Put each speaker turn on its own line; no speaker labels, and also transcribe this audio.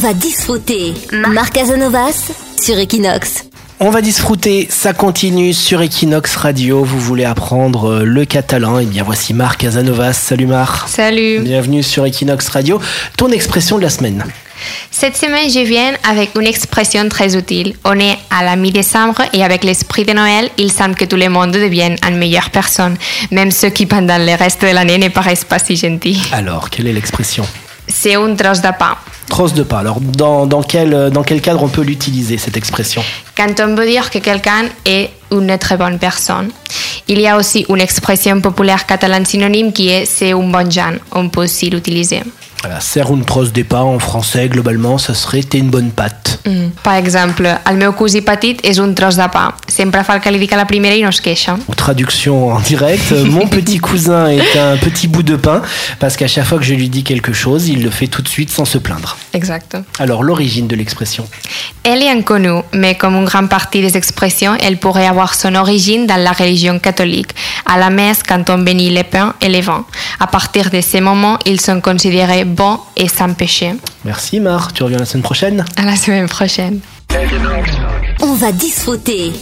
va disfruter. Marc Casanovas sur Equinox.
On va disfruter, ça continue sur Equinox Radio. Vous voulez apprendre euh, le catalan Et bien voici Marc Casanovas. Salut Marc.
Salut.
Bienvenue sur Equinox Radio. Ton expression de la semaine.
Cette semaine, je viens avec une expression très utile. On est à la mi-décembre et avec l'esprit de Noël, il semble que tout le monde devienne une meilleure personne, même ceux qui pendant le reste de l'année ne paraissent pas si gentils.
Alors, quelle est l'expression
C'est un tranche de pain.
Trosse de pain. Alors, dans, dans quel, euh, dans quel cadre on peut l'utiliser, cette expression
Quand on veut dire que quelqu'un est une très bonne personne. Il y a aussi une expression populaire catalane synonyme qui est c'est un bon Jean. On peut aussi l'utiliser.
voilà, Serre une prose des pas en français, globalement, ça serait t'es une bonne patte.
Mm. Per exemple, el meu cosí petit és un tros de pa. Sempre fa el que li dic a la primera i no es queixa.
Ou traduction en direct, euh, mon petit cousin est un petit bout de pain, parce qu'à chaque fois que je lui dis quelque chose, il le fait tout de suite sans se plaindre.
Exacte.
Alors, l'origine de l'expression
Elle est inconnue, mais comme une grande partie des expressions, elle pourrait avoir son origine dans la religion catholique, à la messe quand on bénit les pains et les vins. À partir de ces moments, ils sont considérés bons et sans péché.
Merci Mar, tu reviens la semaine prochaine
À la semaine prochaine.
On va disfruter.